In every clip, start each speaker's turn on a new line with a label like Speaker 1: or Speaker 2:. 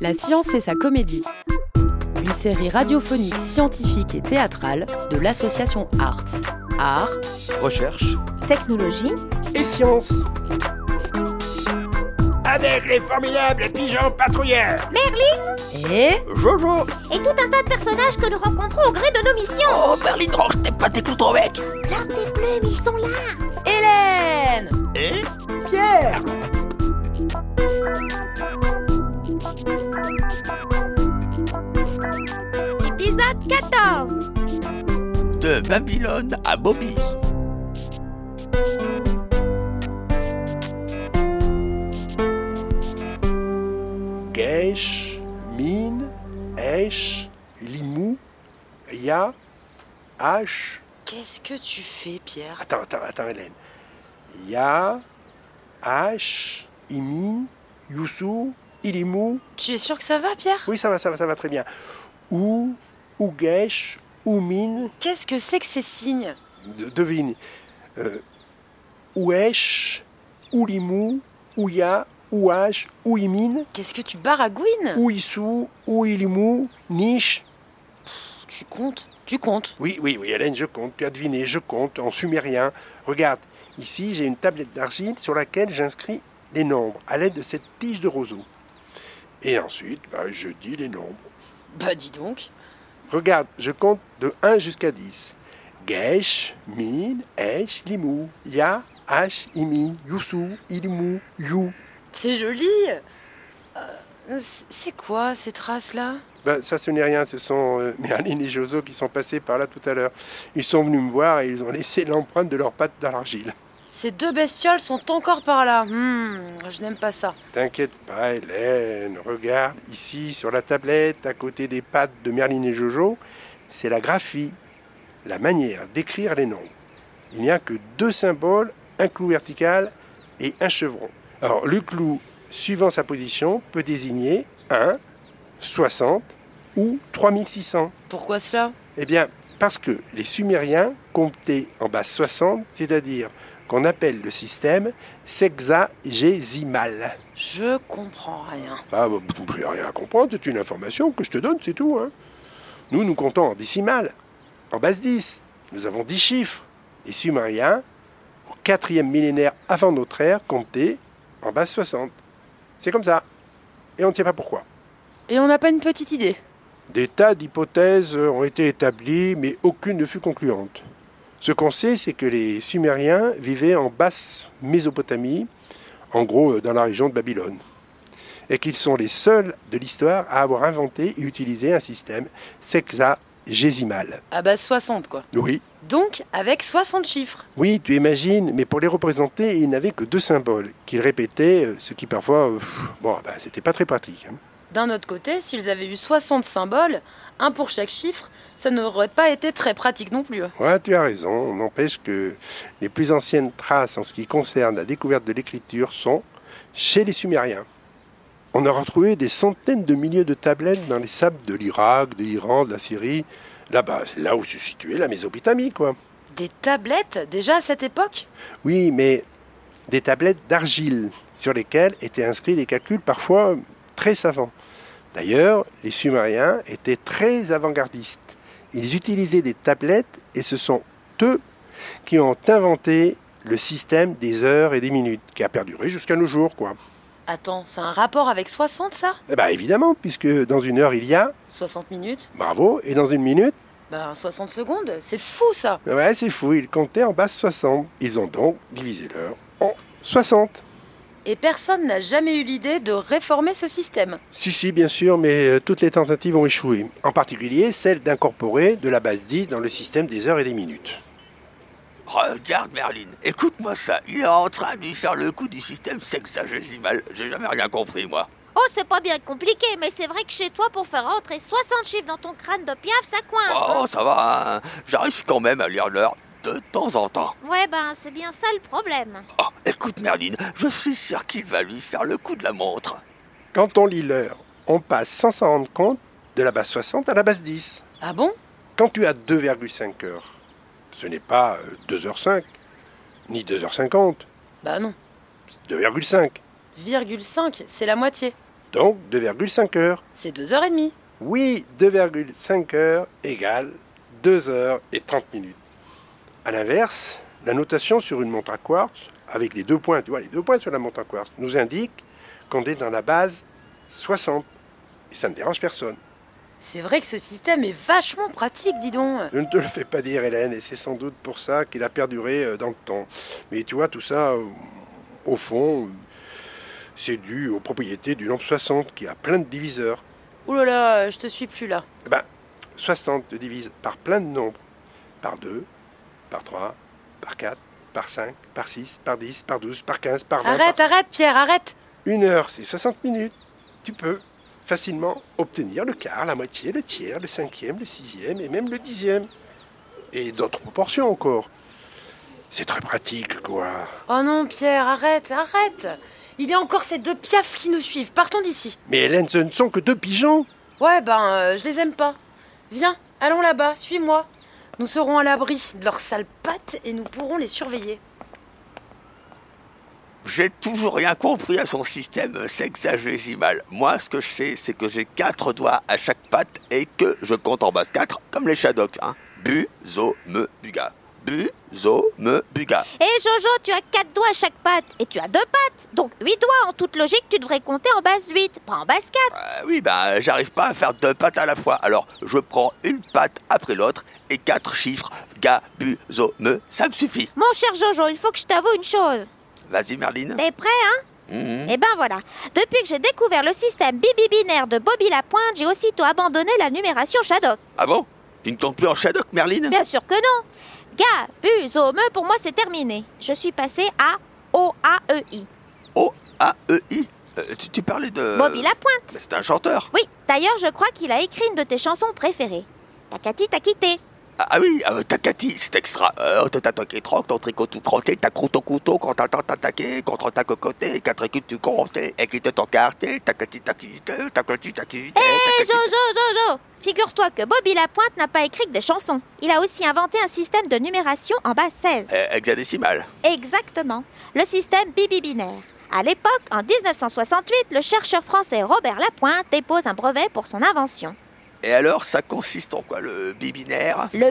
Speaker 1: La science fait sa comédie. Une série radiophonique scientifique et théâtrale de l'association Arts. Art,
Speaker 2: Recherche.
Speaker 3: Technologie,
Speaker 4: et science.
Speaker 5: Avec les formidables pigeons patrouilleurs
Speaker 1: et
Speaker 2: Jojo
Speaker 3: et tout un tas de personnages que nous rencontrons au gré de nos missions.
Speaker 2: Oh, Berlin Roche, t'es pas tes clous, ton mec
Speaker 3: Leurs des plumes, ils sont là.
Speaker 1: Hélène
Speaker 2: Et
Speaker 4: Pierre
Speaker 3: Épisode 14.
Speaker 2: De Babylone à Bobby.
Speaker 4: Geish, Mine, Esh, Limou, Ya, H.
Speaker 1: Qu'est-ce que tu fais, Pierre
Speaker 4: Attends, attends, attends, Hélène. Ya, H, Imi, Youssou, Ilimou.
Speaker 1: Tu es sûr que ça va, Pierre
Speaker 4: Oui, ça va, ça va, ça va très bien. Ou, ou Geish, ou Mine,
Speaker 1: Qu'est-ce que c'est que ces signes
Speaker 4: de- devine. Euh, ou Esh, ou Limou, ou Ya, ou H, ou Imine,
Speaker 1: Qu'est-ce que tu baragouines
Speaker 4: ou Issou, ou Ilimou, Niche.
Speaker 1: Tu comptes Tu comptes
Speaker 4: Oui, oui, oui, Hélène, je compte. Tu as deviné, je compte en sumérien. Regarde, ici, j'ai une tablette d'argile sur laquelle j'inscris les nombres à l'aide de cette tige de roseau. Et ensuite, bah, je dis les nombres.
Speaker 1: Bah dis donc.
Speaker 4: Regarde, je compte de 1 jusqu'à 10. Gesh, Min, Esh, Limou, Ya, H, Imin, Youssou, Ilimou, You.
Speaker 1: C'est joli Euh, c- C'est quoi ces traces-là
Speaker 4: Ben, ça, ce n'est rien, ce sont euh, Merlin et Joso qui sont passés par là tout à l'heure. Ils sont venus me voir et ils ont laissé l'empreinte de leurs pattes dans l'argile.
Speaker 1: Ces deux bestioles sont encore par là. Hmm, je n'aime pas ça.
Speaker 4: T'inquiète pas, Hélène. Regarde, ici, sur la tablette, à côté des pattes de Merlin et Jojo, c'est la graphie, la manière d'écrire les noms. Il n'y a que deux symboles, un clou vertical et un chevron. Alors, le clou, suivant sa position, peut désigner 1, 60 ou 3600.
Speaker 1: Pourquoi cela
Speaker 4: Eh bien, parce que les Sumériens comptaient en base 60, c'est-à-dire qu'on appelle le système sexagésimal.
Speaker 1: Je comprends rien.
Speaker 4: Ah, bah, vous n'avez rien à comprendre, c'est une information que je te donne, c'est tout. hein. Nous, nous comptons en décimales, en base 10. Nous avons 10 chiffres. Les Sumériens, au quatrième millénaire avant notre ère, comptaient en base 60. C'est comme ça. Et on ne sait pas pourquoi.
Speaker 1: Et on n'a pas une petite idée.
Speaker 4: Des tas d'hypothèses ont été établies, mais aucune ne fut concluante. Ce qu'on sait, c'est que les Sumériens vivaient en basse Mésopotamie, en gros euh, dans la région de Babylone, et qu'ils sont les seuls de l'histoire à avoir inventé et utilisé un système sexagésimal.
Speaker 1: À base 60, Ah bah, quoi.
Speaker 4: Oui,
Speaker 1: Donc, avec 60 chiffres.
Speaker 4: oui, tu imagines, mais pour les représenter, ils n'avaient que deux symboles, qu'ils répétaient, euh, ce qui parfois, euh, pff, bon, bah, c'était pas très pratique. hein.
Speaker 1: D'un autre côté, s'ils avaient eu 60 symboles, un pour chaque chiffre, ça n'aurait pas été très pratique non plus.
Speaker 4: Ouais, tu as raison. N'empêche que les plus anciennes traces en ce qui concerne la découverte de l'écriture sont chez les Sumériens. On a retrouvé des centaines de milliers de tablettes dans les sables de l'Irak, de l'Iran, de la Syrie. Là-bas, c'est là où se situait la Mésopotamie, quoi.
Speaker 1: Des tablettes, déjà à cette époque
Speaker 4: Oui, mais des tablettes d'argile sur lesquelles étaient inscrits des calculs parfois très savants. D'ailleurs, les Sumériens étaient très avant-gardistes. Ils utilisaient des tablettes et ce sont eux qui ont inventé le système des heures et des minutes, qui a perduré jusqu'à nos jours, quoi.
Speaker 1: Attends, c'est un rapport avec 60 ça
Speaker 4: Eh ben, évidemment, puisque dans une heure il y a,
Speaker 1: 60 minutes
Speaker 4: bravo, et dans une minute,
Speaker 1: Ben 60 secondes, c'est fou ça
Speaker 4: ouais, c'est fou, ils comptaient en base 60. Ils ont donc divisé l'heure en 60.
Speaker 1: Et personne n'a jamais eu l'idée de réformer ce système.
Speaker 4: Si, si, bien sûr, mais euh, toutes les tentatives ont échoué, en particulier celle d'incorporer de la base 10 dans le système des heures et des minutes.
Speaker 2: Regarde, Merlin, écoute-moi ça. Il est en train de lui faire le coup du système sexagésimal. J'ai jamais rien compris, moi.
Speaker 3: Oh, c'est pas bien compliqué, mais c'est vrai que chez toi, pour faire rentrer 60 chiffres dans ton crâne de piaf, Ah, ça coince.
Speaker 2: Oh, ça va, hein. j'arrive quand même à lire l'heure de temps en temps.
Speaker 3: Ouais, ben, c'est bien ça le problème.
Speaker 2: Oh, écoute, Merlin, je suis sûr qu'il va lui faire le coup de la montre.
Speaker 4: Quand on lit l'heure, on passe sans s'en rendre compte de la base 60 à la base 10.
Speaker 1: Ah bon
Speaker 4: Quand tu as 2,5 heures, ce n'est pas euh, 2h05, ni 2h50,
Speaker 1: Bah non.
Speaker 4: 2,5.
Speaker 1: 0,5, c'est la moitié.
Speaker 4: donc 2,5 heures.
Speaker 1: C'est 2h30.
Speaker 4: Oui, 2,5 heures égale 2 heures et 30 minutes. À l'inverse, la notation sur une montre à quartz, avec les deux points, tu vois, les deux points sur la montre à quartz, nous indique qu'on est dans la base 60. Et ça ne dérange personne.
Speaker 1: C'est vrai que ce système est vachement pratique, dis donc.
Speaker 4: Je ne te le fais pas dire, Hélène, et c'est sans doute pour ça qu'il a perduré euh, dans le temps. Mais tu vois, tout ça, euh, au fond, euh, c'est dû aux propriétés du lampe 60 qui a plein de diviseurs.
Speaker 1: Ouh là là, je te suis plus là.
Speaker 4: Eh ben, 60 te divise par plein de nombres. Par 2, par 3, par 4, par 5, par 6, par 10, par 12, par 15, par 20.
Speaker 1: Arrête,
Speaker 4: par-
Speaker 1: arrête, Pierre, arrête.
Speaker 4: Une heure, c'est 60 minutes. Tu peux facilement obtenir le quart, la moitié, le tiers, le cinquième, le sixième et même le dixième. Et d'autres proportions encore. C'est très pratique, quoi.
Speaker 1: Oh non, Pierre, arrête, arrête. Il y a encore ces deux piafs qui nous suivent. Partons d'ici.
Speaker 4: Mais Hélène, ce ne sont que deux pigeons.
Speaker 1: Ouais, ben, euh, je les aime pas. Viens, allons là-bas, suis-moi. Nous serons à l'abri de leurs sales pattes et nous pourrons les surveiller.
Speaker 2: J'ai toujours rien compris à son système sexagésimal. Moi, ce que je sais, c'est que j'ai quatre doigts à chaque patte et que je compte en base 4, comme les Shadocks. Hein. Bu, zo, me, buga. Bu, zo, me, buga.
Speaker 3: Hé Eh, Jojo, tu as quatre doigts à chaque patte et tu as deux pattes. Donc huit doigts, en toute logique, tu devrais compter en base 8, pas en base 4.
Speaker 2: Euh, oui, ben, j'arrive pas à faire deux pattes à la fois. Alors, je prends une patte après l'autre et quatre chiffres. Ga, bu, zo, me, ça me suffit.
Speaker 3: Mon cher Jojo, il faut que je t'avoue une chose.
Speaker 2: Vas-y, Merline.
Speaker 3: T'es prêt, hein Eh ben voilà. Depuis que j'ai découvert le système bibibinaire de Bobby Lapointe, j'ai aussitôt abandonné la numération Shadok.
Speaker 2: Ah bon Tu ne comptes plus en Shadok, Merline
Speaker 3: Bien sûr que non. Ga, bu, zo, me, pour moi c'est terminé. Je suis passée à O A E I.
Speaker 2: O, A, E, I. Euh, tu, tu parlais de.
Speaker 3: Bobby Lapointe.
Speaker 2: Mais C'est un chanteur.
Speaker 3: Oui. D'ailleurs, je crois qu'il a écrit une de tes chansons préférées. Takati t'a quitté.
Speaker 2: Ah, ah oui, euh, Takati, c'est extra. Euh, on t'attaqué troc, ton tricot tout croqué, ta croûte au couteau, quand t'entends t'attaquer, contre ta cocoté, quatre équipes tu comptais, et quitte ton quartier, Takati, Takati, Takati, Takati.
Speaker 3: Hé
Speaker 2: Takati.
Speaker 3: Eh, Jojo, Jojo Figure-toi que Bobby Lapointe n'a pas écrit que des chansons. Il a aussi inventé un système de numération en base 16.
Speaker 2: Euh, Hexadécimal.
Speaker 3: Exactement, le système bibibinaire. À l'époque, en 1968, le chercheur français Robert Lapointe dépose un brevet pour son invention,
Speaker 2: Et alors, ça consiste en quoi, le bibinaire
Speaker 3: le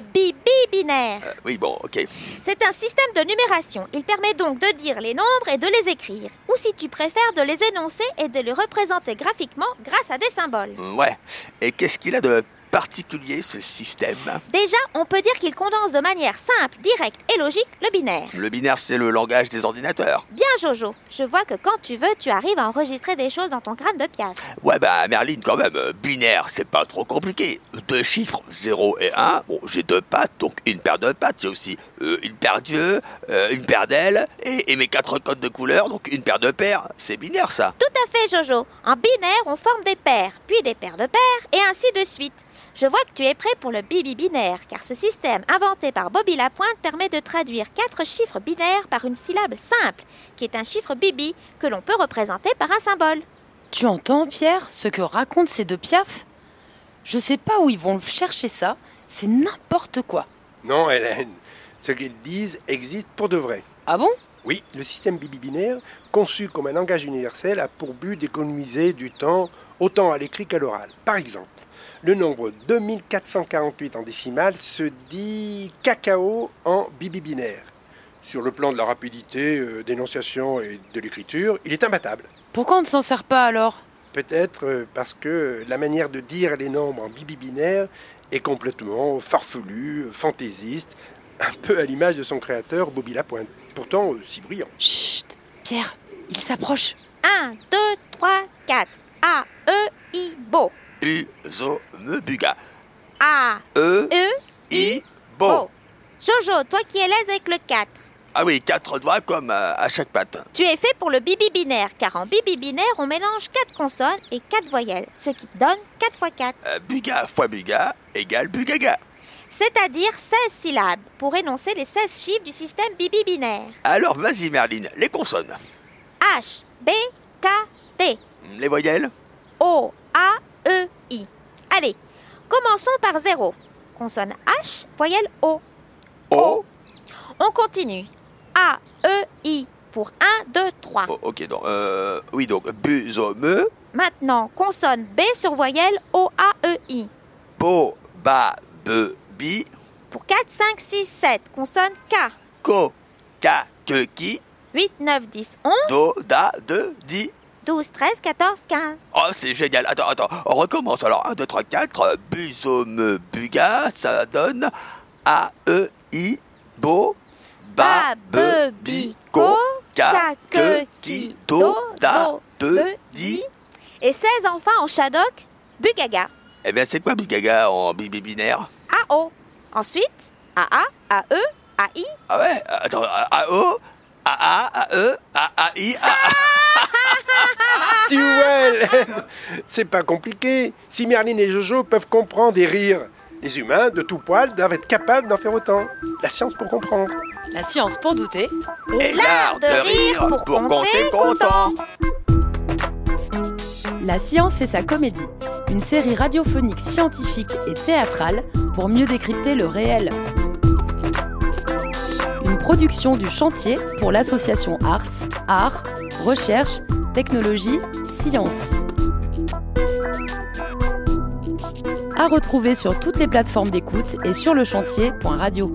Speaker 3: bibibinaire.
Speaker 2: Euh, Oui, bon, ok.
Speaker 3: C'est un système de numération. Il permet donc de dire les nombres et de les écrire, ou si tu préfères, de les énoncer et de les représenter graphiquement grâce à des symboles.
Speaker 2: Mm, Ouais. Et qu'est-ce qu'il a de particulier, ce système
Speaker 3: Déjà, on peut dire qu'il condense de manière simple, directe et logique le binaire.
Speaker 2: Le binaire, c'est le langage des ordinateurs.
Speaker 3: Bien Jojo, je vois que quand tu veux, tu arrives à enregistrer des choses dans ton crâne de piaf.
Speaker 2: Ouais, bah, Merlin, quand même, euh, binaire, c'est pas trop compliqué. Deux chiffres, 0 et 1. Bon, j'ai deux pattes, donc une paire de pattes. J'ai aussi euh, une paire d'yeux, euh, une paire d'ailes, et, et mes quatre codes de couleur, donc une paire de paires. C'est binaire, ça.
Speaker 3: Tout à fait, Jojo. En binaire, on forme des paires, puis des paires de paires, et ainsi de suite. Je vois que tu es prêt pour le bibi binaire, car ce système inventé par Bobby Lapointe permet de traduire quatre chiffres binaires par une syllabe simple, qui est un chiffre bibi que l'on peut représenter par un symbole.
Speaker 1: Tu entends, Pierre, ce que racontent ces deux piafs Je sais pas où ils vont chercher ça. C'est n'importe quoi.
Speaker 4: Non, Hélène. Ce qu'ils disent existe pour de vrai.
Speaker 1: Ah bon
Speaker 4: Oui, le système bibinaire, conçu comme un langage universel, a pour but d'économiser du temps autant à l'écrit qu'à l'oral. Par exemple, le nombre 2448 en décimale se dit cacao en bibinaire. Sur le plan de la rapidité euh, d'énonciation et de l'écriture, il est imbattable.
Speaker 1: Pourquoi on ne s'en sert pas alors
Speaker 4: Peut-être euh, parce que la manière de dire les nombres en bibinaire est complètement farfelue, euh, fantaisiste, un peu à l'image de son créateur Bobby Lapointe, pourtant euh, si brillant.
Speaker 1: Chut Pierre, ils s'approchent.
Speaker 3: 1, 2, 3, 4. A, E, I, bo.
Speaker 2: U, zo, me, buga.
Speaker 3: A,
Speaker 2: E,
Speaker 3: E,
Speaker 2: I,
Speaker 3: bo.
Speaker 2: bo.
Speaker 3: Jojo, toi qui es l'aise avec le 4.
Speaker 2: Ah oui, quatre doigts comme euh, à chaque patte.
Speaker 3: Tu es fait pour le bibi binaire, car en bibi binaire, on mélange quatre consonnes et quatre voyelles, ce qui donne 4 x 4.
Speaker 2: Euh, buga fois buga égale bugaga.
Speaker 3: c'est-à-dire 16 syllabes, pour énoncer les 16 chiffres du système bibibinaire.
Speaker 2: Alors, vas-y, Merlin, les consonnes.
Speaker 3: H, B, K, T,
Speaker 2: Les voyelles
Speaker 3: O, A, E, I. Allez, commençons par 0. Consonne H, voyelle O.
Speaker 2: O.
Speaker 3: On continue. A, E, I pour 1, 2, 3.
Speaker 2: Oh, ok, donc, euh, oui, donc, bu, zo, me.
Speaker 3: Maintenant, consonne B sur voyelle O, A, E, I.
Speaker 2: Bo, ba, be, bi,
Speaker 3: Pour 4, 5, 6, 7, consonne K.
Speaker 2: ko, ka, que, ki,
Speaker 3: 8, 9, 10, 11,
Speaker 2: do, da, de, di.
Speaker 3: 12, 13, 14, 15.
Speaker 2: Oh, c'est génial. Attends, attends. On recommence alors. 1, 2, 3, 4. Busome, buga. Ça donne A, E, I, bo, ba, be, bi, ko, ka, que, ki, do, da, de, di.
Speaker 3: Et 16 enfants en shadok, bugaga,
Speaker 2: Eh bien, c'est quoi Bigaga en bibi binaire
Speaker 3: AO. Ensuite, AA, AE, AI.
Speaker 2: Ah ouais Attends, A, A, O, A, A, A, E, A, A, I, A, A.
Speaker 4: Tu vois, Hélène, c'est pas compliqué. Si Merlin et Jojo peuvent comprendre et rire, les humains, de tout poil, doivent être capables d'en faire autant. La science pour comprendre.
Speaker 1: La science pour douter.
Speaker 2: Et l'art E, de rire pour compter content.
Speaker 1: La science fait sa comédie. Une série radiophonique scientifique et théâtrale pour mieux décrypter le réel. Une production du chantier pour l'association Arts, Arts, Recherche, Technologie, Science. À retrouver sur toutes les plateformes d'écoute et sur le chantier.radio.